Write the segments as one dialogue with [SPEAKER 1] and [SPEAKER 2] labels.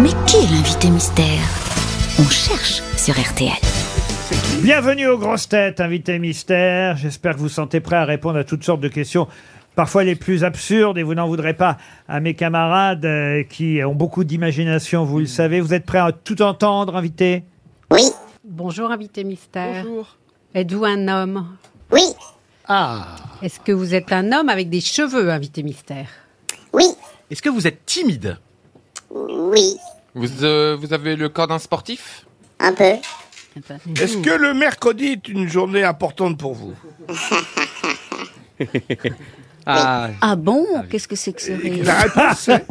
[SPEAKER 1] Mais qui est l'invité mystère On cherche sur RTL.
[SPEAKER 2] Bienvenue aux grosses têtes, invité mystère. J'espère que vous sentez prêt à répondre à toutes sortes de questions. Parfois les plus absurdes, et vous n'en voudrez pas à mes camarades euh, qui ont beaucoup d'imagination, vous le savez. Vous êtes prêts à tout entendre, invité
[SPEAKER 3] Bonjour, invité mystère. Bonjour. Êtes-vous un homme Ah.
[SPEAKER 4] Oui,
[SPEAKER 3] Est-ce que vous êtes un homme avec des cheveux, invité mystère
[SPEAKER 4] oui,
[SPEAKER 5] Est-ce que vous êtes timide
[SPEAKER 4] oui,
[SPEAKER 6] Vous, euh, vous avez le corps d'un sportif
[SPEAKER 4] un peu.
[SPEAKER 7] Est-ce que le mercredi est une journée importante pour vous
[SPEAKER 5] Ah,
[SPEAKER 8] Ah bon Qu'est-ce que c'est que ce rire
[SPEAKER 7] La réponse, est-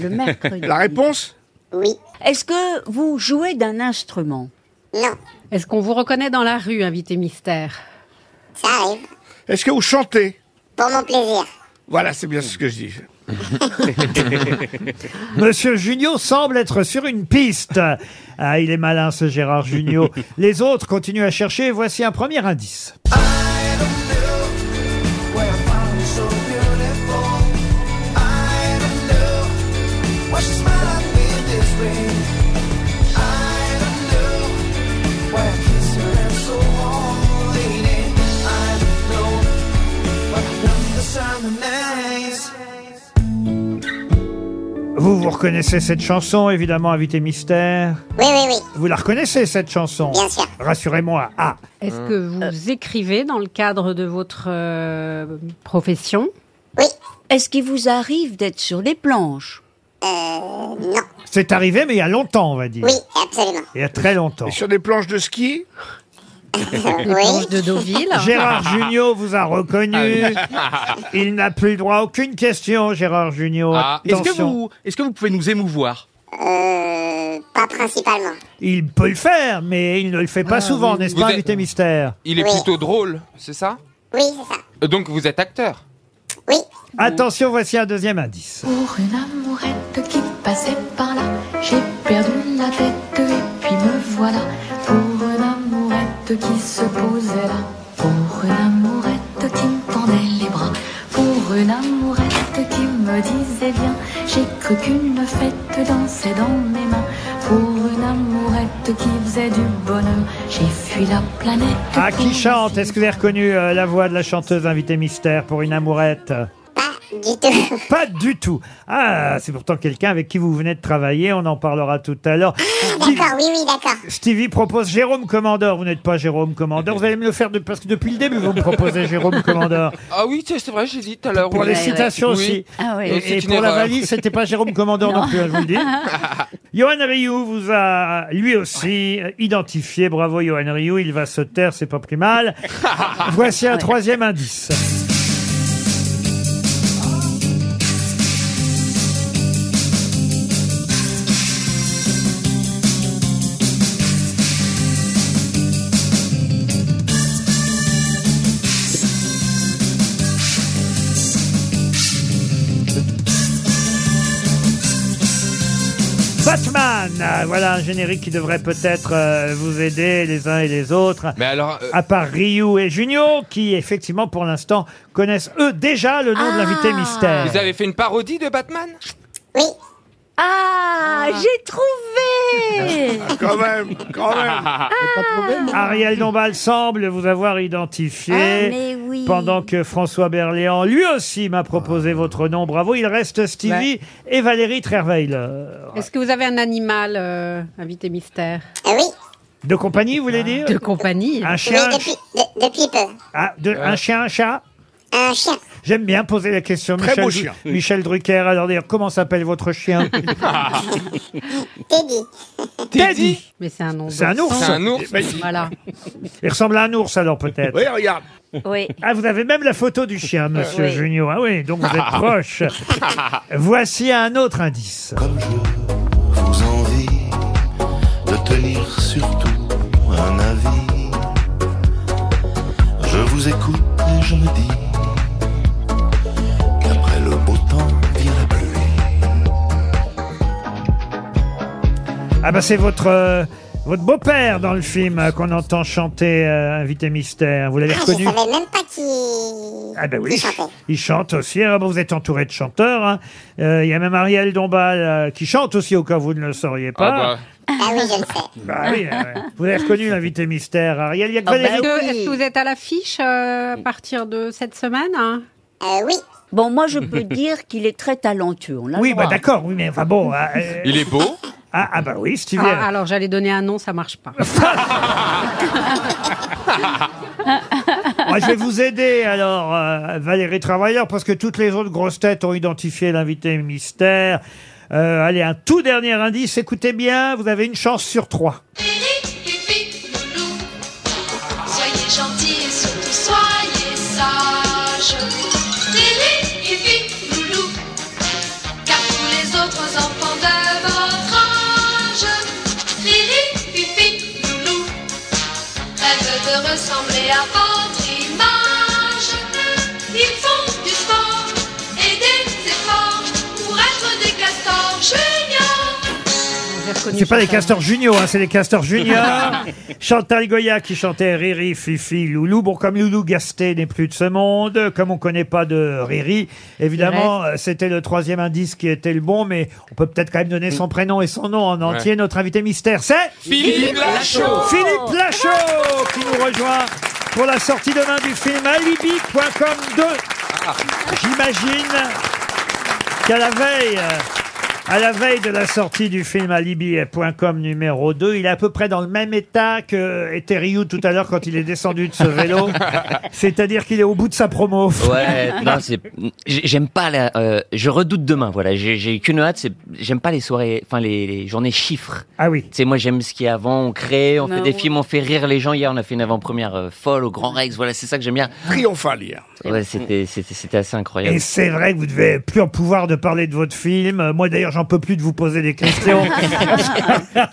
[SPEAKER 8] Le mercredi.
[SPEAKER 7] la réponse
[SPEAKER 4] Oui,
[SPEAKER 8] Est-ce que vous jouez d'un instrument
[SPEAKER 4] non,
[SPEAKER 3] Est-ce qu'on vous reconnaît dans la rue, invité mystère
[SPEAKER 4] ça arrive.
[SPEAKER 7] Est-ce que vous chantez
[SPEAKER 4] Pour mon plaisir.
[SPEAKER 7] Voilà, c'est bien ce que je dis.
[SPEAKER 2] Monsieur Junio semble être sur une piste. Ah, il est malin ce Gérard Junio. Les autres continuent à chercher. Voici un premier indice. Vous vous reconnaissez cette chanson, évidemment, invité mystère.
[SPEAKER 4] Oui, oui, oui,
[SPEAKER 2] Vous la reconnaissez cette chanson
[SPEAKER 4] bien sûr.
[SPEAKER 2] Rassurez-moi. Ah,
[SPEAKER 3] Est-ce que vous écrivez dans le cadre de votre euh, profession
[SPEAKER 4] Oui,
[SPEAKER 8] Est-ce qu'il vous arrive d'être sur les planches
[SPEAKER 4] euh, non.
[SPEAKER 2] c'est arrivé, mais il y a longtemps, on va dire.
[SPEAKER 4] Oui, absolument.
[SPEAKER 2] Il y a très longtemps.
[SPEAKER 7] Et sur des planches de ski
[SPEAKER 4] Euh, oui,
[SPEAKER 3] de Deauville
[SPEAKER 2] Gérard Junior vous a reconnu. Il n'a plus le droit à aucune question, Gérard Junior.
[SPEAKER 6] Ah,
[SPEAKER 5] est-ce que,
[SPEAKER 2] Attention.
[SPEAKER 5] vous, est-ce que vous pouvez nous émouvoir
[SPEAKER 4] euh, pas principalement.
[SPEAKER 2] Il peut le faire, mais il ne le fait pas
[SPEAKER 3] Ah,
[SPEAKER 2] souvent,
[SPEAKER 3] oui.
[SPEAKER 2] n'est-ce
[SPEAKER 6] Vous
[SPEAKER 2] pas,
[SPEAKER 6] êtes-
[SPEAKER 2] invité mystère
[SPEAKER 6] Il est
[SPEAKER 4] Oui.
[SPEAKER 6] plutôt drôle, c'est ça
[SPEAKER 4] Oui, c'est ça.
[SPEAKER 6] Euh, Donc vous êtes acteur
[SPEAKER 4] Oui,
[SPEAKER 2] Attention, voici un deuxième indice.
[SPEAKER 9] Pour une amourette qui passait par là, j'ai perdu la tête et puis me voilà. Pour une amourette qui se posait là, pour une amourette qui me tendait les bras, pour une amourette qui me disait bien, j'ai cru qu'une fête dansait dans mes mains. Pour une amourette qui faisait du bonheur, j'ai fui la planète.
[SPEAKER 2] Ah, qui
[SPEAKER 9] pour
[SPEAKER 2] chante
[SPEAKER 9] essayer
[SPEAKER 2] Est-ce que vous avez reconnu euh, la voix de la chanteuse invité mystère pour une amourette
[SPEAKER 4] pas du tout.
[SPEAKER 2] Pas du tout. Ah, c'est pourtant quelqu'un avec qui vous venez de travailler. On en parlera tout à l'heure.
[SPEAKER 4] D'accord, oui, oui, d'accord.
[SPEAKER 2] Stevie propose Jérôme Commandeur. Vous n'êtes pas Jérôme Commandeur. Vous allez me le faire de... parce que depuis le début, vous me proposez Jérôme Commandeur.
[SPEAKER 6] Ah oui, c'est c'est vrai, j'ai dit tout à l'heure.
[SPEAKER 2] Pour
[SPEAKER 6] oui.
[SPEAKER 2] les
[SPEAKER 8] Ouais, ouais.
[SPEAKER 2] citations
[SPEAKER 6] Oui.
[SPEAKER 2] aussi.
[SPEAKER 8] Ah
[SPEAKER 6] oui.
[SPEAKER 2] Et,
[SPEAKER 6] C'est
[SPEAKER 2] et
[SPEAKER 6] une
[SPEAKER 2] pour la
[SPEAKER 6] erreur.
[SPEAKER 2] valise, c'était pas Jérôme Commandant non, plus, hein, je vous le dis. Johan Rioux vous a, lui aussi, euh, identifié. Bravo, Johan Rioux. Il va se taire, c'est pas plus mal. Voici un troisième indice. Batman. Ah, Voilà un générique qui devrait peut-être euh, vous aider les uns et les autres.
[SPEAKER 6] Mais alors, euh,
[SPEAKER 2] À part Ryu et Junio, qui effectivement pour l'instant connaissent eux déjà le nom de l'invité mystère.
[SPEAKER 6] Ah. vous avez fait une parodie de Batman
[SPEAKER 4] Oui,
[SPEAKER 8] Ah, j'ai trouvé
[SPEAKER 7] Ah, Quand même, quand même.
[SPEAKER 2] Ariel Dombal semble vous avoir identifié.
[SPEAKER 8] Ah, mais oui.
[SPEAKER 2] Pendant que François Berléand, lui aussi, m'a
[SPEAKER 7] Ah.
[SPEAKER 2] proposé votre nom. Bravo, il reste Stevie et Valérie Trerweiler.
[SPEAKER 3] Est-ce que vous avez un animal, euh, invité mystère Ah.
[SPEAKER 4] euh, oui.
[SPEAKER 2] De compagnie, vous
[SPEAKER 7] Ah.
[SPEAKER 2] voulez dire
[SPEAKER 3] De compagnie
[SPEAKER 2] Un
[SPEAKER 4] Oui,
[SPEAKER 2] chien, un,
[SPEAKER 4] depuis,
[SPEAKER 2] ch-
[SPEAKER 4] de- depuis peu.
[SPEAKER 2] ah, de- un chien, un chat
[SPEAKER 4] Un chien.
[SPEAKER 2] J'aime bien poser la question.
[SPEAKER 7] Très
[SPEAKER 2] Michel,
[SPEAKER 7] beau
[SPEAKER 2] Dru-
[SPEAKER 7] chien.
[SPEAKER 2] Michel Drucker, alors d'ailleurs, comment s'appelle votre chien
[SPEAKER 4] Teddy.
[SPEAKER 2] Teddy
[SPEAKER 3] Mais c'est un ours.
[SPEAKER 2] C'est un ours.
[SPEAKER 6] C'est un ours
[SPEAKER 7] Mais-
[SPEAKER 3] Voilà.
[SPEAKER 2] Il ressemble à un ours alors peut-être.
[SPEAKER 7] oui, regarde.
[SPEAKER 8] Oui.
[SPEAKER 2] Ah, vous avez même la photo du chien, monsieur
[SPEAKER 8] Oui.
[SPEAKER 2] Junio. Ah oui, donc vous êtes proche. Voici un autre indice.
[SPEAKER 10] Comme je vous envie de tenir surtout un avis. Je vous écoute et je me dis qu'après le beau temps vient la pluie.
[SPEAKER 2] Ah bah c'est votre euh, Votre beau-père dans le film euh, qu'on entend chanter euh, Invité Mystère, vous l'avez
[SPEAKER 4] Ah, je
[SPEAKER 2] reconnu
[SPEAKER 4] savais même pas qui.
[SPEAKER 2] Ah ben oui,
[SPEAKER 4] qui chantait.
[SPEAKER 2] il chante aussi. Ah bon, vous êtes entouré de chanteurs. hein. Euh, Il y a même Ariel Dombal euh, qui chante aussi au cas où vous ne le sauriez pas.
[SPEAKER 6] Ah
[SPEAKER 4] Ah oui, je le sais.
[SPEAKER 2] Bah oui, euh, vous avez reconnu l'invité mystère, Ariel. Il y a que
[SPEAKER 8] Ah bah
[SPEAKER 2] Valérie-
[SPEAKER 3] Est-ce que,
[SPEAKER 8] oui.
[SPEAKER 3] est-ce que vous êtes à l'affiche euh, à partir de cette semaine hein
[SPEAKER 4] Euh, oui.
[SPEAKER 8] Bon, moi, je peux dire qu'il est très talentueux. On l'a
[SPEAKER 2] Oui,
[SPEAKER 8] droit.
[SPEAKER 2] bah d'accord, oui, mais enfin bon. euh, euh,
[SPEAKER 6] Il est beau.
[SPEAKER 2] ah, ah bah oui, Stevie.
[SPEAKER 3] Ah, Alors j'allais donner un nom, ça marche pas.
[SPEAKER 2] Moi, Ah, je vais vous aider alors, euh, Valérie Travailleur, parce que toutes les autres grosses têtes ont identifié l'invité mystère. Euh, allez, un tout dernier indice, écoutez bien, vous avez une chance sur trois.
[SPEAKER 9] Soyez gentils et surtout soyez sages. Tilly, Ivi, Loulou, car tous les autres enfants de votre âge, Tilly, Ivi, Loulou, rêvent de ressembler à votre image. Ils font du sport et des efforts pour être des castors juniors.
[SPEAKER 2] C'est pas les castors juniors, hein, c'est les castors juniors. Chantal Goya qui chantait Riri, Fifi, Loulou. Bon, comme Loulou Gasté n'est plus de ce monde, comme on connaît pas de Riri, évidemment, euh, c'était le troisième indice qui était le bon, mais on peut peut-être quand même donner son prénom et son nom en entier. Notre invité mystère, c'est
[SPEAKER 6] Mm. Philippe Lachaud.
[SPEAKER 2] Philippe Lachaud qui nous rejoint pour la sortie demain du film Alibi.com 2.
[SPEAKER 6] Ah.
[SPEAKER 2] J'imagine qu'à la veille. euh, À la veille de la sortie du film Alibi.com numéro 2, il est à peu près dans le même état que euh, était Ryu tout à l'heure quand il est descendu de ce vélo. C'est-à-dire qu'il est au bout de sa promo.
[SPEAKER 11] Ouais, non, c'est. j'ai- J'aime pas la. euh, je redoute demain, voilà. J'ai j'ai qu'une hâte, c'est. J'aime pas les soirées. Enfin, les, les journées chiffres.
[SPEAKER 2] Ah oui.
[SPEAKER 11] Tu sais, moi, j'aime ce qu'il y a avant. On crée, on
[SPEAKER 8] Bah
[SPEAKER 11] fait des
[SPEAKER 8] ouais.
[SPEAKER 11] films, on fait rire les gens. Hier, on a fait une avant-première euh, folle au Grand Rex. Voilà, c'est ça que j'aime bien.
[SPEAKER 7] Triomphal hier.
[SPEAKER 11] Ouais, c'était c'était- c'était assez
[SPEAKER 2] Et
[SPEAKER 11] incroyable.
[SPEAKER 2] c'est vrai que vous devez plus en pouvoir de parler de votre film. Euh, Moi d'ailleurs, j'en peux plus de vous poser des questions.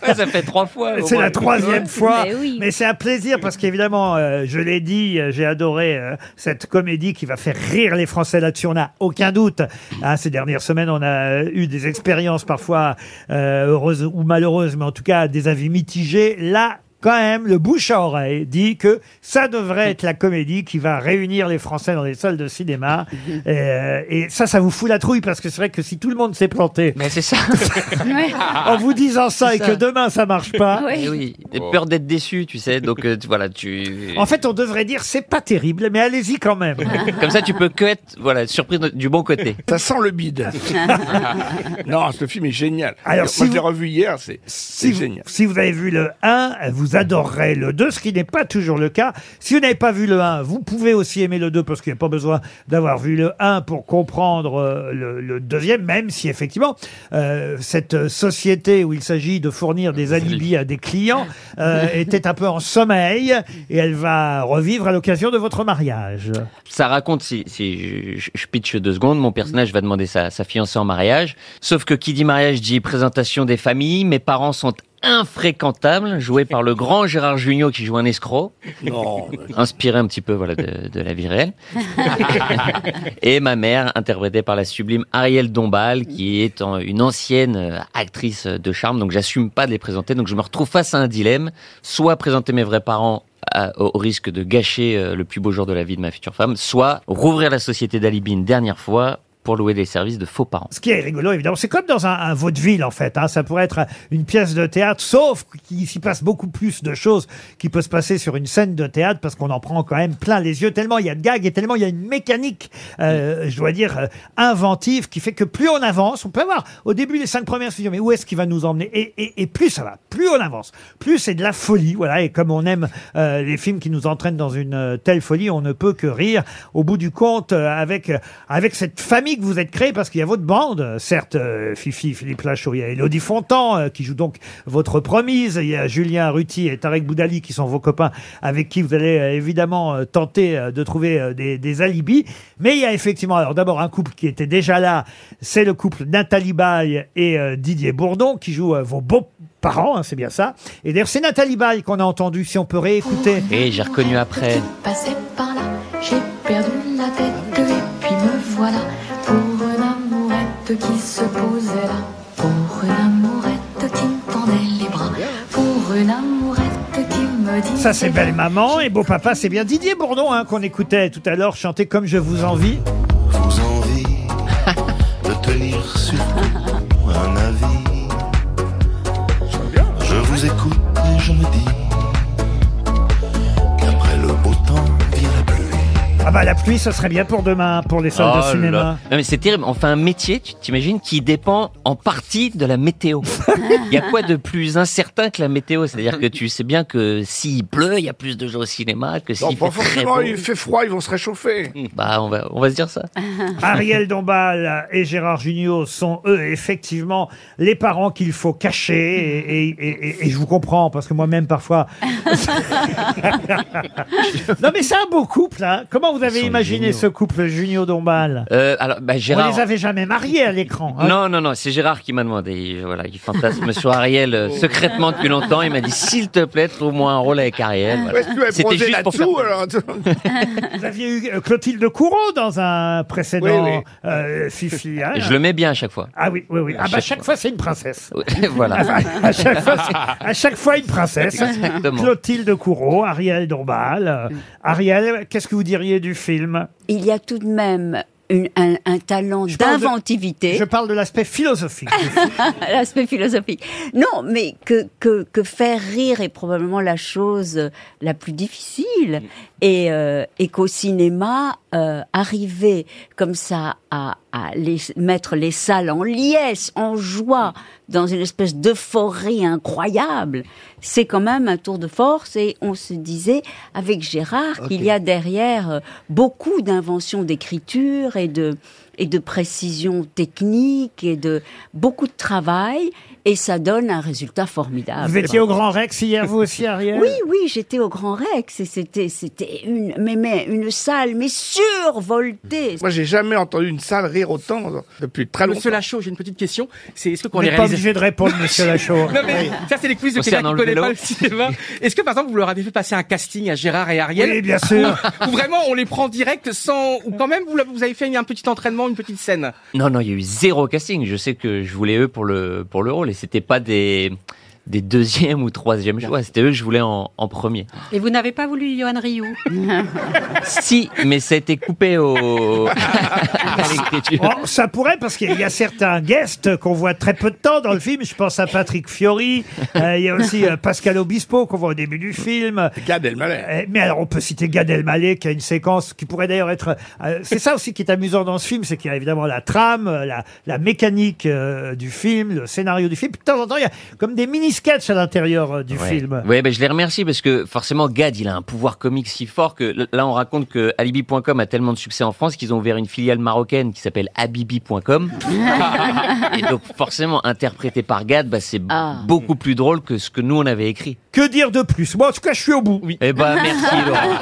[SPEAKER 11] Ouais, ça fait trois fois. au
[SPEAKER 2] C'est
[SPEAKER 11] moins.
[SPEAKER 2] la troisième fois.
[SPEAKER 8] Mais
[SPEAKER 2] Mais,
[SPEAKER 8] oui.
[SPEAKER 2] c'est un plaisir parce qu'évidemment, euh, je l'ai dit, euh, j'ai adoré euh, cette comédie qui va faire rire les Français là-dessus, on n'a aucun doute. Hein, ces dernières semaines, on a euh, eu des expériences parfois euh, heureuses ou malheureuses, mais en tout cas des avis mitigés. Là, quand même, le bouche à oreille dit que ça devrait être la comédie qui va réunir les Français dans les salles de cinéma. Euh, et ça, ça vous fout la trouille parce que c'est vrai que si tout le monde s'est planté
[SPEAKER 11] Mais c'est ça.
[SPEAKER 2] en vous disant ça et
[SPEAKER 11] Ah. C'est ça.
[SPEAKER 2] que demain ça marche pas,
[SPEAKER 11] Eh oui. Et Peur d'être déçu, tu sais. Donc, euh, tu- voilà, tu.
[SPEAKER 2] En fait, on devrait dire c'est pas terrible, mais allez-y quand même.
[SPEAKER 11] Comme ça, tu peux que être, voilà, surpris de- du bon côté.
[SPEAKER 7] Ça sent le bide. non, ce film est génial.
[SPEAKER 2] Alors,
[SPEAKER 7] Moi,
[SPEAKER 2] si
[SPEAKER 7] je l'ai
[SPEAKER 2] vous-
[SPEAKER 7] revu hier, c'est
[SPEAKER 2] Si
[SPEAKER 7] c'est
[SPEAKER 2] vous,
[SPEAKER 7] génial.
[SPEAKER 2] si vous avez vu le 1, vous adorerez le 2, ce qui n'est pas toujours le cas. Si vous n'avez pas vu le 1, vous pouvez aussi aimer le 2 parce qu'il n'y a pas besoin d'avoir vu le 1 pour comprendre euh, le, le deuxième, même si effectivement euh, cette société où il s'agit de fournir des alibis à des clients euh, était un peu en sommeil et elle va revivre à l'occasion de votre mariage.
[SPEAKER 11] Ça raconte, si, si je, je pitch deux secondes, mon personnage va demander sa, sa fiancée en mariage. Sauf que qui dit mariage dit présentation des familles. Mes parents sont infréquentables, joués par le grand Gérard Jugnot qui joue un escroc,
[SPEAKER 7] Non,
[SPEAKER 11] inspiré un petit peu voilà de, de la vie réelle. Et ma mère, interprétée par la sublime Ariel Dombal, qui est en- une ancienne euh, actrice de charme. Donc j'assume pas de les présenter. Donc je me retrouve face à un dilemme soit présenter mes vrais parents à- au au risque de gâcher euh, le plus beau jour de la vie de ma future femme, soit rouvrir la société d'Alibi une dernière fois pour louer des services de faux parents.
[SPEAKER 2] Ce qui est rigolo, évidemment, c'est comme dans un, un vaudeville, en fait. hein. Ça pourrait être une pièce de théâtre, sauf qu'il s'y passe beaucoup plus de choses qui peut se passer sur une scène de théâtre, parce qu'on en prend quand même plein les yeux, tellement il y a de gags et tellement il y a une mécanique, euh, je dois dire, euh, inventive, qui fait que plus on avance, on peut avoir au début les cinq premières se dire, mais où est-ce qu'il va nous emmener et, et- et plus ça va, plus on avance, plus c'est de la folie, voilà. Et comme on aime euh, les films qui nous entraînent dans une euh, telle folie, on ne peut que rire au bout du compte euh, avec euh, avec cette famille que vous êtes créée, parce qu'il y a votre bande, euh, certes, euh, Fifi, Philippe Lachaud, il y a Elodie Fontan euh, qui joue donc votre promise, il y a Julien Ruti et Tarek Boudali qui sont vos copains avec qui vous allez euh, évidemment euh, tenter euh, de trouver euh, des, des alibis. Mais il y a effectivement, alors d'abord un couple qui était déjà là, c'est le couple Nathalie Baye et euh, Didier Bourdon qui jouent euh, vos beaux parents, hein, c'est bien ça. Et d'ailleurs, c'est Nathalie Baye qu'on a entendu, si on peut réécouter.
[SPEAKER 11] Et j'ai reconnu après.
[SPEAKER 9] Passé par là, j'ai perdu la tête et puis me voilà pour une amourette qui se posait là, pour une amourette qui me tendait les bras, pour une amourette.
[SPEAKER 2] Ça, c'est Belle Maman et Beau Papa, c'est bien Didier Bourdon hein, qu'on écoutait tout à l'heure chanter Comme je vous envie.
[SPEAKER 10] vous envie de tenir surtout un avis. Je vous écoute et je me dis qu'après le beau temps vient la pluie.
[SPEAKER 2] Ah bah la pluie, ce serait bien pour demain, pour les salles de
[SPEAKER 11] Oh là
[SPEAKER 2] cinéma.
[SPEAKER 11] là. Non mais c'est terrible, on fait un métier, tu t'imagines, qui dépend en partie de la météo. Il y a quoi de plus incertain que la météo C'est-à-dire que tu sais bien que s'il pleut, il y a plus de gens au cinéma que s'il
[SPEAKER 7] Non, pas
[SPEAKER 11] fait très beau.
[SPEAKER 7] forcément, il fait froid, ils vont se réchauffer.
[SPEAKER 11] Bah on va, on va se dire ça.
[SPEAKER 2] Ariel Dombal et Gérard Jugnot sont eux effectivement les parents qu'il faut cacher et, et- et- et- et je vous comprends parce que moi-même parfois. non mais c'est un beau couple. Hein. Comment vous avez
[SPEAKER 11] sont
[SPEAKER 2] imaginé
[SPEAKER 11] géniaux.
[SPEAKER 2] ce couple Jugnot Dombal
[SPEAKER 11] Euh, alors bah, Gérard.
[SPEAKER 2] On les avait jamais mariés à l'écran. hein.
[SPEAKER 11] Non, non, non, c'est Gérard qui m'a demandé. Voilà, il fantasme sur Ariel euh,
[SPEAKER 7] Oh.
[SPEAKER 11] secrètement depuis longtemps. Il m'a dit, s'il te plaît, trouve-moi un rôle avec Ariel. Voilà.
[SPEAKER 7] Est-ce que tu vas
[SPEAKER 11] C'était
[SPEAKER 7] bronzer
[SPEAKER 11] juste pour
[SPEAKER 7] là-dessous alors
[SPEAKER 2] Vous aviez eu euh, Clotilde Courreau dans un précédent
[SPEAKER 7] Oui, oui.
[SPEAKER 2] euh, Fifi. hein.
[SPEAKER 11] Et Je le mets bien à chaque Ah, fois.
[SPEAKER 2] Ah oui, oui, oui. Ah bah chaque fois c'est une princesse.
[SPEAKER 5] Ah,
[SPEAKER 11] voilà.
[SPEAKER 2] à chaque fois, c'est- à chaque fois une princesse.
[SPEAKER 11] Exactement.
[SPEAKER 2] Clotilde Courreau, Ariel Dombal. Euh, Ariel, qu'est-ce que vous diriez du film
[SPEAKER 8] Mm. Il y a tout de même une- un, un talent
[SPEAKER 2] Je parle de-
[SPEAKER 8] d'inventivité,
[SPEAKER 2] Je parle de l'aspect philosophique. du film.
[SPEAKER 8] l'aspect philosophique. Non, mais que, que, que faire rire est probablement la chose la plus difficile. Et, euh, et qu'au cinéma, euh, arriver comme ça à, à les, mettre les salles en liesse, en joie, dans une espèce d'euphorie incroyable, c'est quand même un tour de force. Et on se disait avec Gérard qu'il y a derrière euh, beaucoup d'inventions d'écriture et de et de précision technique et de beaucoup de travail et ça donne un résultat formidable.
[SPEAKER 2] vous étiez au Grand Rex hier, vous aussi, Ariel
[SPEAKER 8] Ah, Oui, oui, j'étais au Grand Rex et c'était c'était une mais, mais une salle mais survoltée.
[SPEAKER 7] Moi, j'ai jamais entendu une salle rire autant dans- depuis très longtemps.
[SPEAKER 5] Monsieur Lachaud, j'ai une petite question. C'est est-ce que quand
[SPEAKER 2] On
[SPEAKER 5] les
[SPEAKER 2] n'est pas
[SPEAKER 5] réalisateurs
[SPEAKER 2] obligé de répondre, monsieur Lachaud.
[SPEAKER 5] Non mais ça c'est les quiz de quelqu'un
[SPEAKER 11] Concernant
[SPEAKER 5] qui
[SPEAKER 11] le
[SPEAKER 5] connaît
[SPEAKER 11] vélo.
[SPEAKER 5] pas le cinéma. Est-ce que par exemple vous leur avez fait passer un casting à Gérard et Ariel
[SPEAKER 2] Oui, bien sûr.
[SPEAKER 5] Ou vraiment on les prend direct sans ou quand même vous, vous avez fait un petit entraînement, une petite scène
[SPEAKER 11] Non, non, il y a eu zéro casting. Je sais que je voulais eux pour le, pour le rôle et c'était pas des, des deuxièmes ou troisièmes choix. C'était eux que je voulais en, en premier.
[SPEAKER 3] Et vous n'avez pas voulu Johan Rioux
[SPEAKER 11] Si, mais ça a été coupé au, à l'écriture.
[SPEAKER 2] Oh, ça pourrait, parce qu'il y a certains guests qu'on voit très peu de temps dans le film. Je pense à Patrick Fiori. euh, il y a aussi euh, Pascal Obispo qu'on voit au début du film.
[SPEAKER 7] Gad Elmaleh. hein.
[SPEAKER 2] Eh, Mais alors, on peut citer Gad Elmaleh qui a une séquence qui pourrait d'ailleurs être. euh, c'est ça aussi qui est amusant dans ce film, c'est qu'il y a évidemment la trame, euh, la, la mécanique euh, du film, le scénario du film. Puis, de temps en temps, il y a comme des mini sketchs à l'intérieur euh, du
[SPEAKER 11] Ouais.
[SPEAKER 2] film.
[SPEAKER 11] Ouais, ben je les remercie parce que forcément, Gad, il a un pouvoir comique si fort que l- là, on raconte que Alibi.com a tellement de succès en France qu'ils ont ouvert une filiale marocaine qui s'appelle Abibi.com. Et donc, forcément, interprété par Gad, bah, c'est b-
[SPEAKER 8] Ah.
[SPEAKER 11] beaucoup plus drôle que ce que nous on avait écrit.
[SPEAKER 2] Que dire de plus Moi, en tout cas, je suis au bout.
[SPEAKER 11] Eh ben, merci Laurent.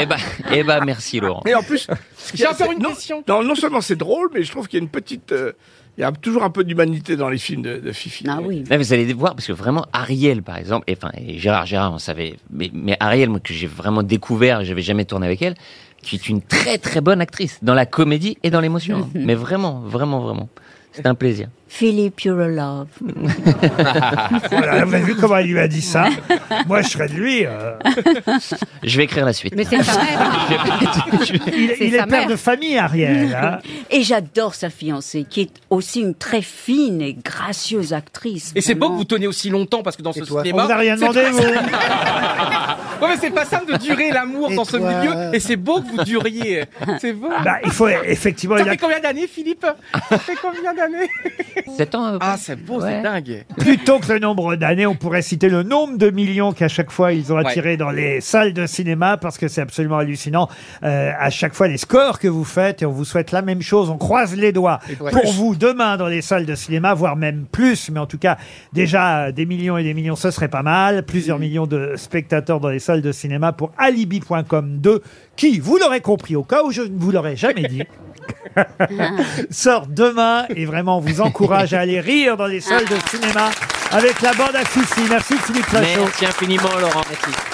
[SPEAKER 11] eh ben, eh ben, merci Laurent.
[SPEAKER 7] Et en plus,
[SPEAKER 5] J'ai encore une question.
[SPEAKER 7] non, non seulement c'est drôle, mais je trouve qu'il y a une petite. euh, il y a toujours un peu d'humanité dans les films de, de Fifi.
[SPEAKER 8] Ah oui.
[SPEAKER 11] Là, vous allez voir, parce que vraiment, Ariel, par exemple, et, enfin, et Gérard, Gérard, on savait, mais, mais Ariel, moi, que j'ai vraiment découvert, j'avais jamais tourné avec elle, qui est une très très bonne actrice, dans la comédie et dans l'émotion. hein. mais vraiment, vraiment, vraiment. C'était un plaisir.
[SPEAKER 8] Philippe, you're a love.
[SPEAKER 2] Voilà, là, vous avez vu comment il lui a dit ça Moi, je serais de lui. euh.
[SPEAKER 11] Je vais écrire la suite.
[SPEAKER 3] Mais c'est sa mère.
[SPEAKER 2] Il,
[SPEAKER 3] C'est
[SPEAKER 2] il est
[SPEAKER 3] sa
[SPEAKER 2] père
[SPEAKER 3] mère.
[SPEAKER 2] de famille, Ariel. hein.
[SPEAKER 8] Et j'adore sa fiancée qui est aussi une très fine et gracieuse actrice.
[SPEAKER 5] Et c'est beau que
[SPEAKER 8] vraiment.
[SPEAKER 5] vous teniez aussi longtemps parce que dans ce
[SPEAKER 2] On
[SPEAKER 5] cinéma,
[SPEAKER 2] vous a rien
[SPEAKER 5] c'est
[SPEAKER 2] demandé,
[SPEAKER 5] pas-
[SPEAKER 2] vous
[SPEAKER 5] Ouais, mais c'est pas simple de durer l'amour dans ce milieu. Et c'est beau que vous duriez. C'est beau.
[SPEAKER 2] Bah, Il faut effectivement.
[SPEAKER 5] Ça
[SPEAKER 2] il a-
[SPEAKER 5] fait combien d'années, Philippe Ça fait combien d'années
[SPEAKER 11] 7 ans. euh,
[SPEAKER 5] Ah, c'est beau,
[SPEAKER 11] Ouais.
[SPEAKER 5] c'est dingue.
[SPEAKER 2] Plutôt que le nombre d'années, on pourrait citer le nombre de millions qu'à chaque fois ils ont attiré dans les salles de cinéma parce que c'est absolument hallucinant. Euh, à chaque fois les scores que vous faites et on vous souhaite la même chose. On croise les doigts pour vous demain dans les salles de cinéma, voire même plus, mais en tout cas déjà euh, des millions et des millions, ce serait pas mal. Plusieurs millions de spectateurs dans les salles de cinéma pour Alibi.com 2 qui, vous l'aurez compris, au cas où je ne vous l'aurais jamais dit, sort demain et vraiment on vous encourage à aller rire dans les salles de cinéma avec la bande à Fifi. Ah, Merci Philippe Lachaud.
[SPEAKER 11] Merci infiniment, Laurent. Merci.